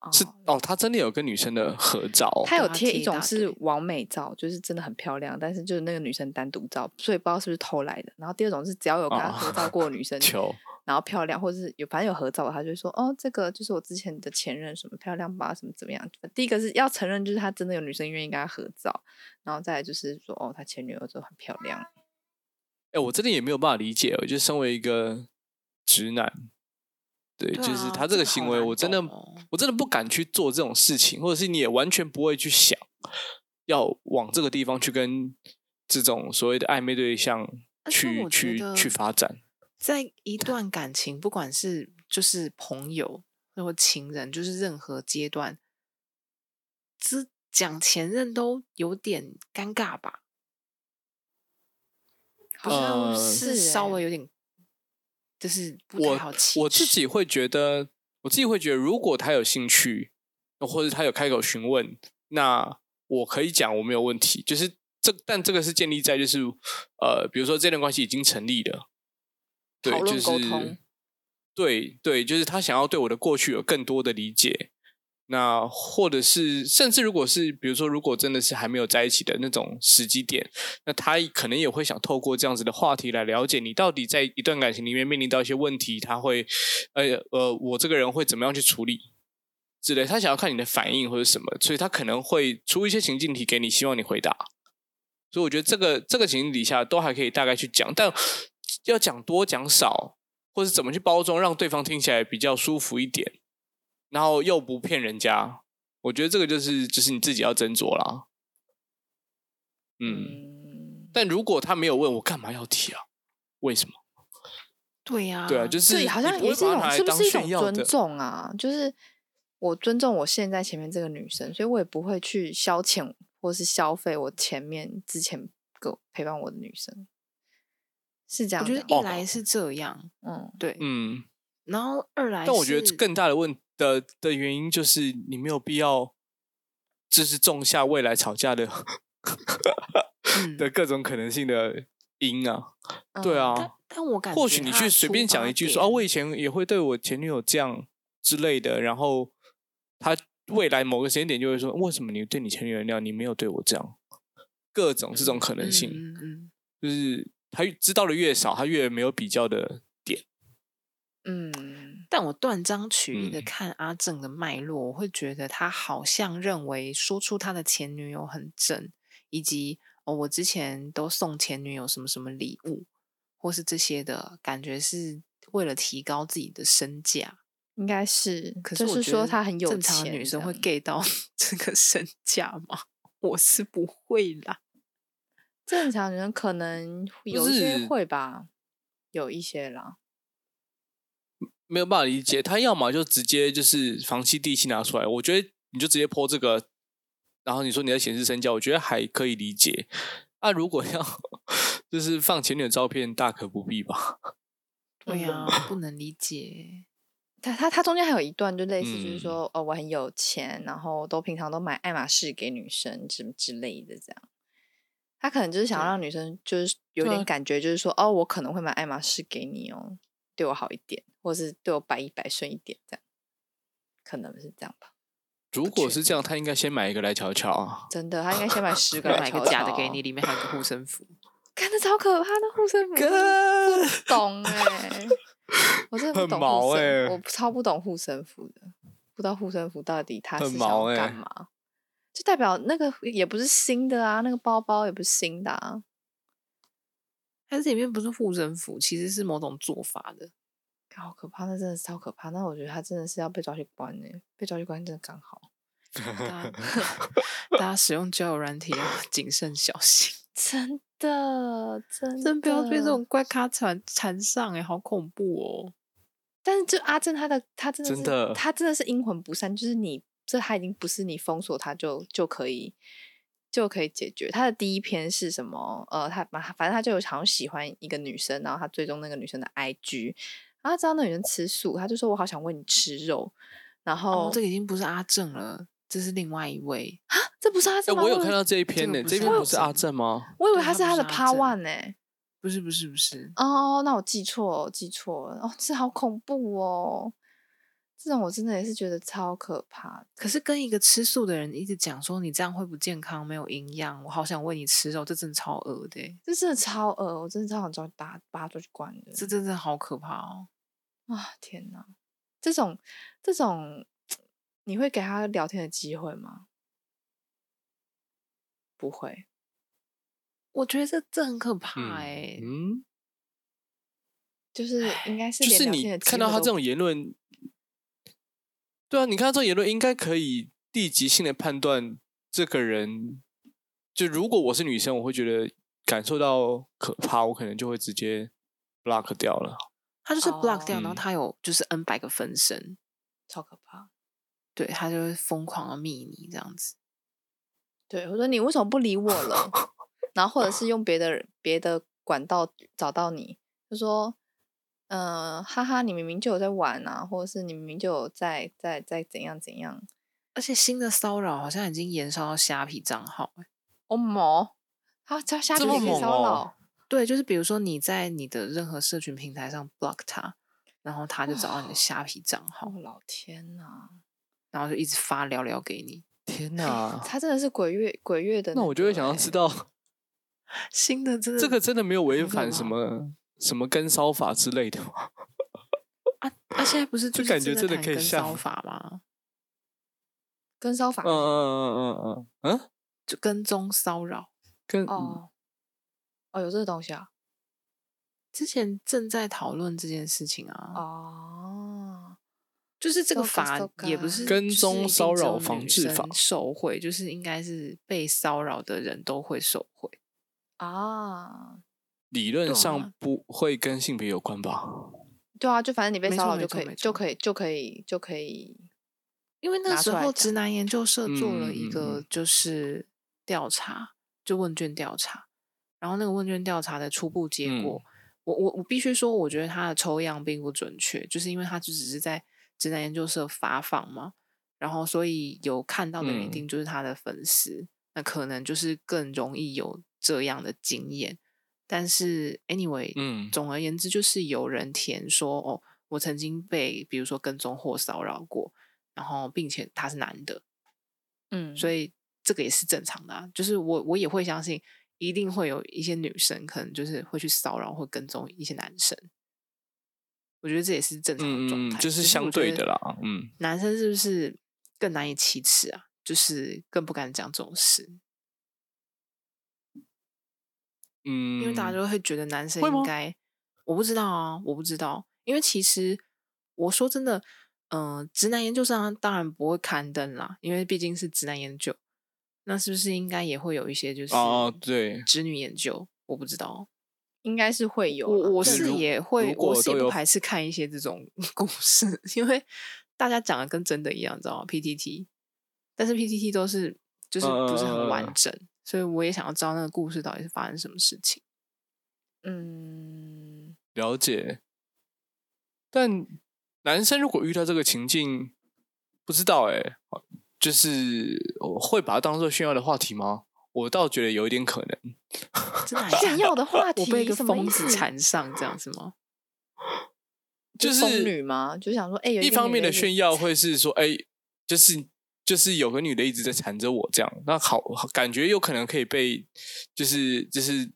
哦是哦，他真的有跟女生的合照哦、他有他贴贴一一种大是堆完美照，就是真的很漂亮，但是就是那个女生单独照，所以不知道是不是偷来的。然后第二种是只要有跟他哦合照过的 女生，球然后漂亮，或者是有反正有合照的，他就会说哦，这个就是我之前的前任，什么漂亮吧，什么怎么样。第一个是要承认，就是他真的有女生愿意跟他合照，然后再来就是说哦，他前女友就很漂亮，哎、我真的也没有办法理解，哦我就身为一个直男，对，对就是啊他这个这个行好为，难我真的、啊懂哦我真的不敢去做这种事情，或者是你也完全不会去想要往这个地方去跟这种所谓的暧昧对象而且去啊我觉去得去发展。在一段感情，不管是就是朋友或情人，就是任何阶段，这讲前任都有点尴尬吧？好呃像是是稍欸微有点，就是不太我好奇。我自己会觉得，我自己会觉得，如果他有兴趣，或者他有开口询问，那我可以讲，我没有问题。就是这，但这个是建立在就是呃，比如说这段关系已经成立了，对讨，就论沟是通对对，就是他想要对我的过去有更多的理解。那或者是，甚至如果是，比如说，如果真的是还没有在一起的那种时机点，那他可能也会想透过这样子的话题来了解你到底在一段感情里面面临到一些问题，他会，呃呃，我这个人会怎么样去处理之类，他想要看你的反应或者什么，所以他可能会出一些情境题给你，希望你回答。所以我觉得这个这个情境底下都还可以大概去讲，但要讲多讲少，或是怎么去包装，让对方听起来比较舒服一点，然后又不骗人家，我觉得这个就是就是你自己要斟酌啦。嗯嗯，但如果他没有问我干嘛要提啊？为什么？对呀、对啊，就是是对，好你像不也会是一把它种，拿来是不当是一种炫耀尊的。重啊？就是我尊重我现在前面这个女生，所以我也不会去消遣或是消费我前面之前给我陪伴我的女生，是这我样觉的得啊。一来是这样，嗯，对，嗯，然后二来是，但我觉得更大的问的的原因就是你没有必要，就是种下未来吵架的 嗯的各种可能性的因啊。对嗯，但啊，但我感觉或许你他去的随出便发讲一句说点啊，我以前也会对我前女友这样之类的，然后他未来某个时间点就会说，为什么你对你前女友那样，你没有对我这样？各种这种可能性。嗯嗯就是他知道的越少，他越没有比较的点。嗯，但我断章取义的嗯看阿正的脉络，我会觉得他好像认为说出他的前女友很正，以及哦，我之前都送前女友什么什么礼物，或是这些的感觉是为了提高自己的身价。应该是。可就是我觉说得她很有正常的钱女生这会样 get 到 这个身价吗？我是不会啦。正常女生可能有一些是会吧，有一些啦。没有办法理解，他要么就直接就是房契地契拿出来，我觉得你就直接泼这个，然后你说你在显示身价，我觉得还可以理解。啊，如果要 就是放前女的照片，大可不必吧？对嗯呀、不能理 解。他他他中间还有一段就类似就是嗯说，哦，我很有钱，然后都平常都买爱马仕给女生什么之类的这样。他可能就是想要对让女生就是有对啊点感觉，就是说，哦，我可能会买爱马仕给你哦，对我好一点，或是对我百依百顺一点这样，可能是这样吧。如果是这样，他应该先买一个来瞧瞧啊。真的，他应该先买 十个来买个挑假的挑给你，，里面还有个护身符。看着超可怕的 护身符，嗯哥，懂哎、 我真的不很懂毛护身欸我超不懂护身符的，不知道护身符到底它很是想毛要欸干嘛，就代表那个也不是新的啊，那个包包也不是新的啊，但是里面不是护身符，其实是某种做法的。欸干好可怕，那真的是超可怕，那我觉得他真的是要被抓去关哎、被抓去关真的刚好，大家 大家使用交友软体要谨慎小心，真的，真真不要被这的种怪咖缠缠上哎、好恐怖哦！但是就阿正他的他真的真是的他真的是阴魂不散，就是你这他已经不是你封锁他就就可以就可以解决。他的第一篇是什么？呃，他反正他就有好像喜欢一个女生，然后他追踪那个女生的 IG，然后他知道那女生吃素，他就说我好想喂你吃肉，然后、哦，这个已经不是阿正了，这是另外一位。这不是阿 哎，正吗？我有以为看到，这一篇这呢、个不这是篇阿不是正阿正吗？我以为对他他是不他是的阿 Part 正 One 呢、不是不是不是，哦，那我记错了，记错了。哦，这好恐怖哦！这种我真的也是觉得超可怕的。可是跟一个吃素的人一直讲说你这样会不健康，没有营养，我好想喂你吃肉，这真的超恶的欸、这真的超恶，我真的超想找打把他抓去关的。这真的好可怕哦！啊，天哪！这种这种，你会给他聊天的机会吗？不会。我觉得这这很可怕嗯哎、嗯，就是应该是就连是聊天你的机看到会他都这种言论，对啊，你看到这种言论，应该可以立即性的判断这个人。就如果我是女生，我会觉得感受到可怕，我可能就会直接 block 掉了。他就是 block 掉，然后嗯他有就是 N 百个分身，超可怕。对他就会疯狂的密你这样子。对，我说你为什么不理我了？然后或者是用别的别的管道找到你，就说，呃，哈哈，你明明就有在玩啊，或者是你明明就有在在在怎样怎样。而且新的骚扰好像已经延烧到虾皮账号欸、哦某，他他下这么面可以猛骚哦扰，对，就是比如说你在你的任何社群平台上 block 他，然后他就找到你的虾皮账号哦，老天呐！然后就一直发聊聊给你。天哪！他真的是鬼月鬼月的、欸那我就会想要知，道，新的真的这个真的没有违很可反怕什么什么跟骚法之类的吗？啊啊！现在不是这就是感觉真真的谈可以跟下骚吗法吗？跟骚法嗯嗯嗯嗯嗯嗯，就跟踪骚扰。嗯跟哦哦有这个东西啊之前正在讨论这件事情啊，哦就是这个搜狗法搜也狗不是跟就是踪一定骚只扰有防女治生法受贿，就是应该是被骚扰的人都会受贿。啊理论对上啊不会跟性别有关吧？对啊，就反正你被没骚错扰没就错可以没就错可以就可以就可以因为那拿时出来候讲直男研究社做了嗯嗯一嗯个嗯就是调查，就问卷调查，然后那个问卷调查的初步结果，嗯我我我必须说，我觉得他的抽样并不准确，就是因为他就只是在直男研究社发放嘛，然后所以有看到的人一嗯定就是他的粉丝，那可能就是更容易有这样的经验，但是 anyway，嗯总而言之，就是有人填说，哦，我曾经被比如说跟踪或骚扰过，然后并且他是男的，嗯，所以这个也是正常的、啊。就是我我也会相信，一定会有一些女生可能就是会去骚扰或跟踪一些男生。我觉得这也是正常的嗯状嗯，态，就只是是相我觉对得的啦，嗯。男生是不是更难以启齿啊？就是更不敢讲这种事，嗯，因为大家就会觉得男生会吗应该，我不知道啊，我不知道，因为其实我说真的，嗯、直男研究生他当然不会刊登啦，因为毕竟是直男研究，那是不是应该也会有一些就是哦对直女研究？我不知道，应该是会有我啦，我就是如也会如，我果是都也不有排斥看一些这种 故事，因为大家讲的跟真的一样，你知道吗？PTT，但是 PTT 都是就是不是很嗯嗯嗯嗯完嗯整，所以我也想要知道那个故事到底是发生什么事情。嗯， 了解。但男生如果遇到这个情境，不知道哎、就是我会把它当做炫耀的话题吗？我倒觉得有一点可能。真的还假炫的耀的话题，我被一个什么疯意子 思缠上，这样是吗？就是疯女吗？就想说，哎、有一个方女面的一直炫耀会是说，哎、就是就是有个女的一直在缠着我这样，那好好感觉有可能可以被，就是就是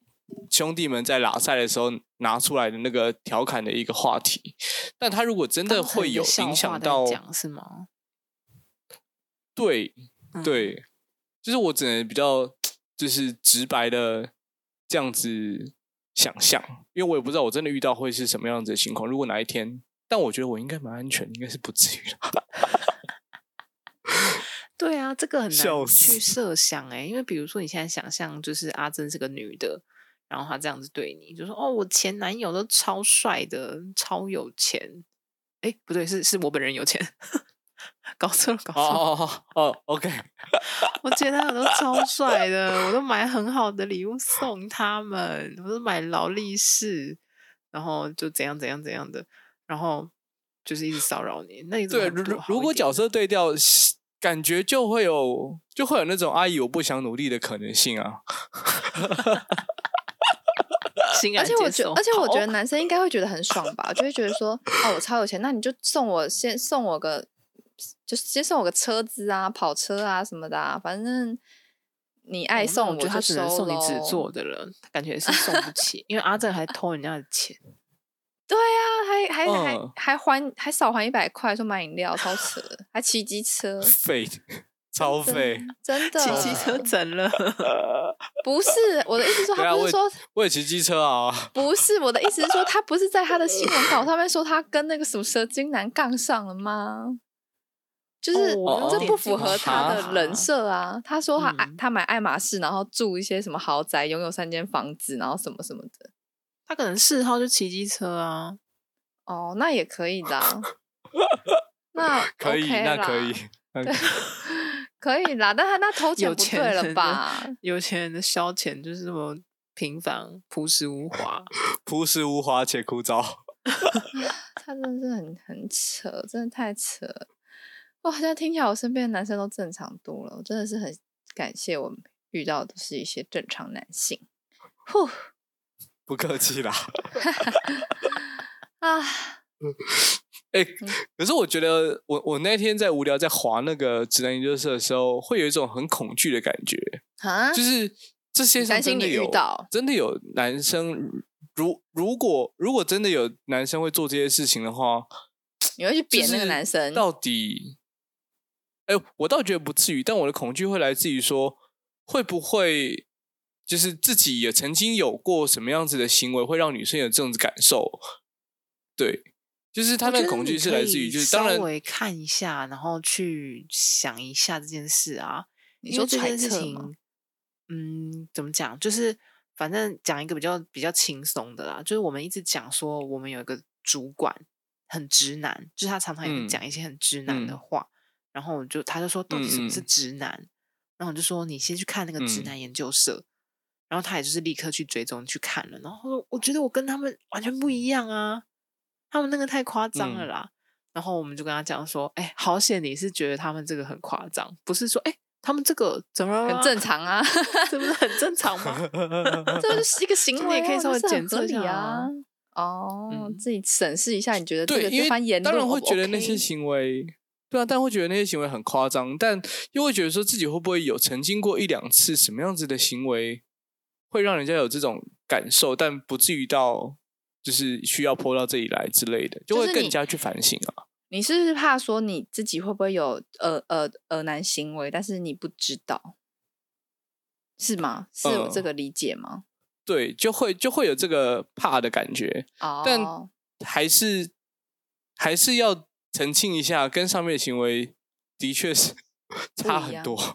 兄弟们在拉赛的时候拿出来的那个调侃的一个话题。但他如果真的当成会一有个笑影话响在到，讲是吗？对嗯，对，就是我只能比较就是直白的这样子想象，因为我也不知道我真的遇到会是什么样子的情况。如果哪一天，但我觉得我应该蛮安全，应该是不至于啦。对啊，这个很笑难去死设想哎、因为比如说你现在想象就是阿珍是个女的，然后她这样子对你，就说哦，我前男友都超帅的，超有钱。哎，不对，是是我本人有钱， 搞错了，搞哦错了。 哦哦哦，OK，我前男友都超帅的，我都买很好的礼物送他们，我都买劳力士，然后就怎样怎样怎样的，然后就是一直骚扰你。那你怎么对，还不如对我如好如一果点角色对调，感觉就会有就会有那种阿姨我不想努力的可能性啊。欣然而且我接觉受而且我觉得好男生应该会觉得很爽吧，就会觉得说，哦，我超有钱，那你就送我先送我个，就是先送我个车子啊、跑车啊什么的、啊，反正你哦爱那送我觉得就他只能收送你纸咯啊做的了，感觉是送不起，因为阿正还偷人家的钱。对啊，还还、嗯还还还还少还一百块，说买饮料超扯，还骑机车，嗯废， 超废。真的骑机车怎了？ 不是我的意思是说，对啊他不我是说我也骑机车啊，不是我的意思是说，他不是在他的新闻稿上面说他跟那个什么蛇精男杠上了吗？就是、哦这不符合他哦的人设啊！他说他爱、嗯他买爱马仕，然后住一些什么豪宅，拥有三间房子，然后什么什么的。他可能嗜好就骑机车啊。哦，那也可以的啊、那可以 OK 那啦可以，那可以可以啦，但他那偷钱有不钱对了人吧？有钱人的消遣就是这么平凡、朴实无华。 朴实无华且枯燥。他真的是很很扯，真的太扯了。哇，现在听起来我身边的男生都正常多了，我真的是很感谢我遇到的是一些正常男性。呼不客气啦，啊，哎、可是我觉得我我那天在无聊在划那个直男研究社的时候，会有一种很恐惧的感觉，啊，就是这些担心你遇到真的有男生，如如果如果真的有男生会做这些事情的话，你会去就扁那个是男生？到底，哎、我倒觉得不至于，但我的恐惧会来自于说，会不会就是自己也曾经有过什么样子的行为，会让女生有这种感受？对，就是他我觉那个得恐惧你是可来自于，以就是当然稍，微看一下，然后去想一下这件事啊。你因说为这揣件事测情吗，嗯，怎么讲？就是反正讲一个比较比较轻松的啦，就是我们一直讲说，我们有一个主管很直男，就是他常常也会嗯讲一些很直男的嗯话，然后我就他就说到底什么是嗯嗯直男，然后我就说你先去看那个直嗯男研究社。然后他也就是立刻去追踪去看了，然后他说我觉得我跟他们完全不一样啊，他们那个太夸张了嗯啦。然后我们就跟他讲说，哎、好险你是觉得他们这个很夸张，不是说哎、他们这个怎么很正，常 啊，这不是很正常吗？这就是一个行就是为你啊，可以稍就微是很检测合一理下啊啊。哦嗯，自己审视一下，你觉得这对，个因这番为言当论然会 O 不觉得那 OK 些行为，对啊，但会觉得那些行为很夸张，但又会觉得说自己会不会有曾经过一两次什么样子的行为，会让人家有这种感受，但不至于到就是需要泼到这里来之类的，就就会是更你加去反省啊。你是不是怕说你自己会不会有呃呃呃男行为，但是你不知道，是吗？是有这嗯个理解吗？对，就会就会有这个怕的感觉，哦，但还是还是要澄清一下，跟上面的行为的确是 差一很样多。 哦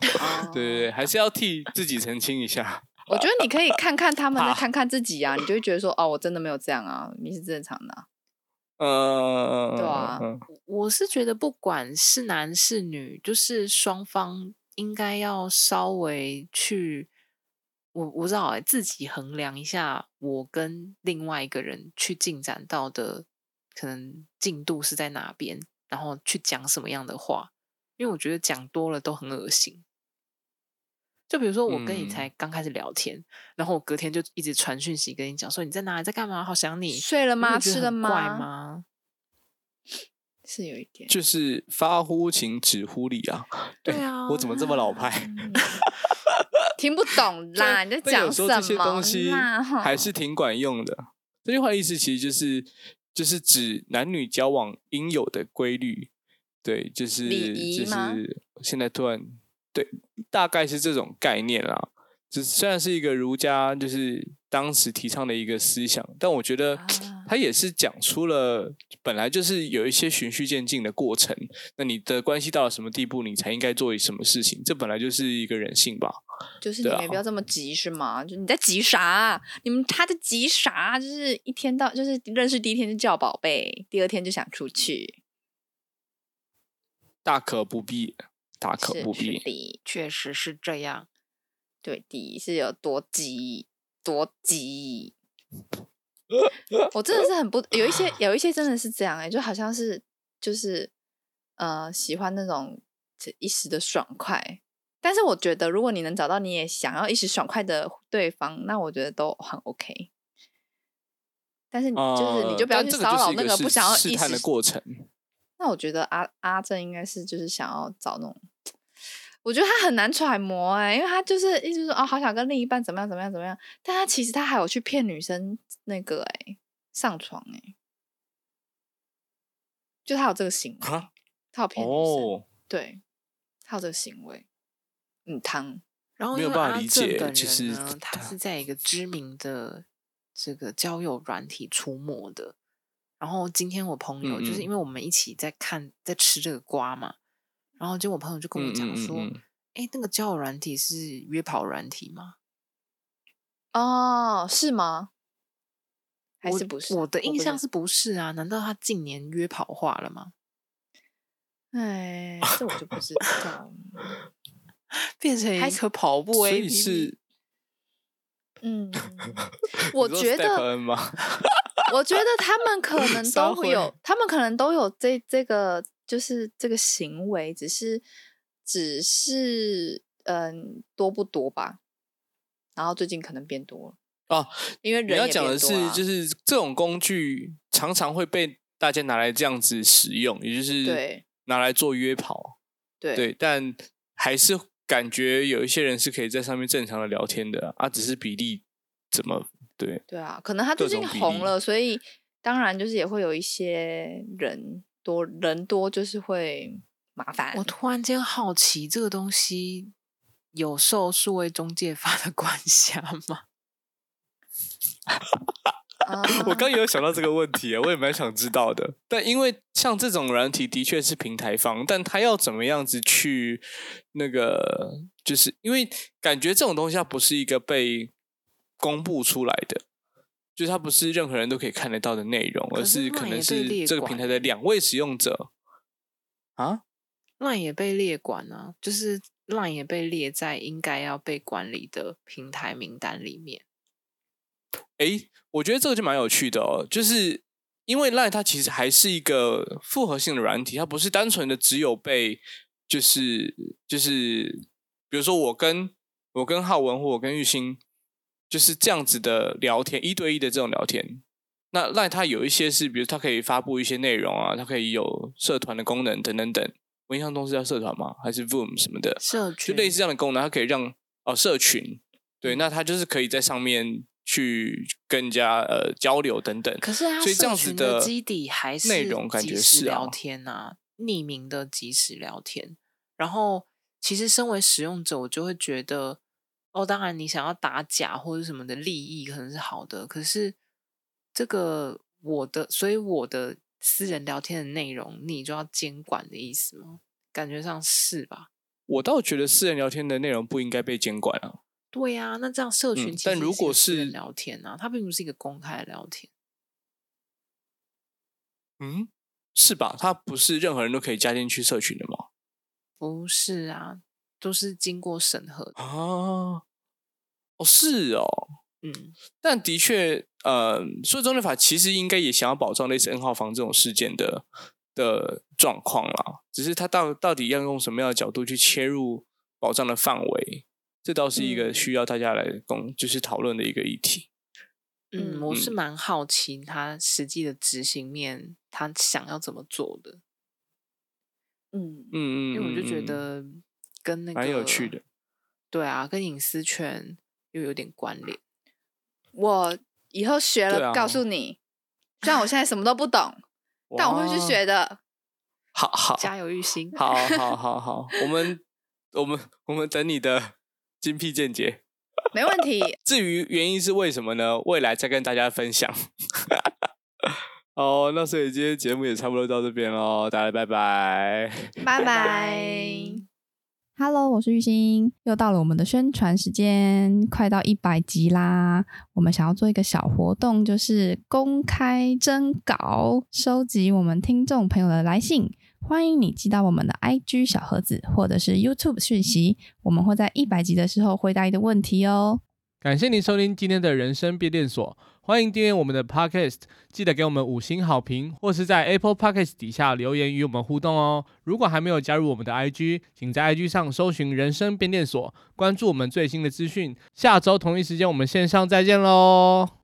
对对 对，还是要替自己澄清一下。我觉得你可以看看他们，再怕看看自己啊，你就会觉得说，哦，我真的没有这样啊，你是正常的啊、嗯，对啊嗯嗯嗯我是觉得不管是男是女，就是双方应该要稍微去，我我不知道哎、自己衡量一下，我跟另外一个人去进展到的可能进度是在哪边，然后去讲什么样的话，因为我觉得讲多了都很恶心。就比如说，我跟你嗯才刚开始聊天，然后我隔天就一直传讯息跟你讲说你在哪里，在干嘛，好想你。睡了你不吗？觉得吃了很怪吗？吗？是有一点。就是发乎情，止乎礼啊。对啊，我怎么这么老派？ 嗯听不懂啦，你在但讲哎有时什候么啦？这些东西 还是哈挺管用的。这句话的意思其实就是，就是指男女交往应有的规律。对，就是礼仪就吗是现在突然对，大概是这种概念啦。这虽然是一个儒家，就是当时提倡的一个思想，但我觉得啊他也是讲出了本来就是有一些循序渐进的过程。那你的关系到了什么地步，你才应该做什么事情？这本来就是一个人性吧。就是你对啊没必要这么急是吗？就你在急啥、啊你们他在急啥、啊就是一天到就是认识第一天就叫宝贝，第二天就想出去，大可不必，大可是不是必。的，确实是这样。对的，是有多急多急。我真的是很不有 一些有一些真的是这样哎、就好像是就是呃喜欢那种这一时的爽快，但是我觉得如果你能找到你也想要一时爽快的对方，那我觉得都很 OK。但是你就是你呃就不要但去这骚扰就是那一个不想要试一试探的时过程。那我觉得阿阿正应该是就是想要找那种，我觉得他很难揣摩哎、因为他就是一直说哦，好想跟另一半怎么样怎么样怎么样，但他其实他还有去骗女生那个哎、上床哎、就他有这个行为，啊他有骗女生，哦，对，他有这个行为，嗯，汤然后没因有为办法阿理正解本其人实呢，他他是在一个知名的这个交友软体出没的。然后今天我朋友就是嗯嗯因为我们一起在看在吃这个瓜嘛，然后结果我朋友就跟我嗯讲嗯嗯说嗯，哎、那个交友软体是约跑软体吗？哦，是吗？还我是不是？啊我的印不象知是不是啊？难道他近年约跑化了吗？道，哎，这我就不知 道，变成还一是颗跑步所 A 以 P 是 P，嗯，我你说觉得 Step N 吗？我觉得他 们可能烧都毁会有，他们可能都有这这个就是这个行为，只是只是嗯多不多吧。然后最近可能变多了哦，因为你人要也讲的变多是，啊就是这种工具常常会被大家拿来这样子使用，也就是对拿来做约跑。对对，但还是感觉有一些人是可以在上面正常的聊天的啊，只是比例怎么对对啊，可能他最各近种比红例了，所以当然就是也会有一些人多人多就是会麻烦。我突然间好奇，这个东西有受数位中介法的 管辖吗？啊 我刚也有想到这个问题，啊我也蛮想知道的。但因为像这种软体的确是平台方，但他要怎么样子去那个，就是因为感觉这种东西它不是一个被公布出来的，就是它不是任何人都可以看得到的内容，可而是是可那能也被列是这个平管台的两位使用者啊，那也被列管啊，就是那也被列在应该要被管理的平台名单里面。诶，我觉得这个就蛮有趣的哦，就是因为 Line 它其实还是一个复合性的软体，它不是单纯的只有被就是就是，比如说我跟我跟浩文或我跟玉兴就是这样子的聊天，一对一的这种聊天。那 Line 它有一些是，比如它可以发布一些内容啊，它可以有社团的功能等等等。我印象中是叫社团吗？还是 Voom 什么的？社啊就群类似这样的功能，它可以让哦社群，对，那它就是可以在上面去跟人家呃交流等等。可是它所以这社样子群的的基底还是内容感即觉时是啊聊天啊，匿名的即时聊天。然后，其实身为使用者，我就会觉得，哦，当然你想要打假或者什么的利益可能是好的，可是这个我的，所以我的私人聊天的内容，你就要监管的意思吗？感觉上是吧？我倒觉得私人聊天的内容不应该被监管啊。对呀、那这样社群嗯其但实如也果有私人是聊天啊，它并不是一个公开的聊天。嗯，是吧？它不是任何人都可以加进去社群的吗？不是啊，都是经过审核的。啊，哦是哦，嗯，但的确，呃，所以中立法其实应该也想要保障类似 N 号房这种事件的的状况啦，只是它到到底要用什么样的角度去切入保障的范围，这倒是一个嗯需要大家来共就是讨论的一个议题。嗯，嗯我是嗯蛮好奇他实际的执行面，他想要怎么做的，嗯嗯嗯，因为我就觉嗯嗯得跟那个蛮有趣的，对啊，跟隐私权又有点关联。我以后学对了，啊告诉你。虽然我现在什么都不懂， 但我会去哇学。的。好好加油，玉兴！好好好好，我们我们我们等你的 精 辟见解。没问题，至于原因是为什么呢？未来再跟大家分享。好，那所以今天节目也差不多到这边喽，大家拜拜。拜拜拜。 Hello，我是玉兴，又到了我们的宣传时间，快到一百集啦！我们想要做一个小活动，就是公开征稿，收集我们听众朋友的来信。欢迎你寄到我们的 IG 小盒子或者是 YouTube 讯息，我们会在一百集的时候回答你的问题哦。感谢您收听今天的人生变电所，欢迎订阅我们的 Podcast，记得给我们五星好评，或是在 Apple Podcast 底下留言与我们互动哦。如果还没有加入我们的 IG，请在 IG 上搜寻“人生变电所”，关注我们最新的资讯。下周同一时间我们线上再见喽！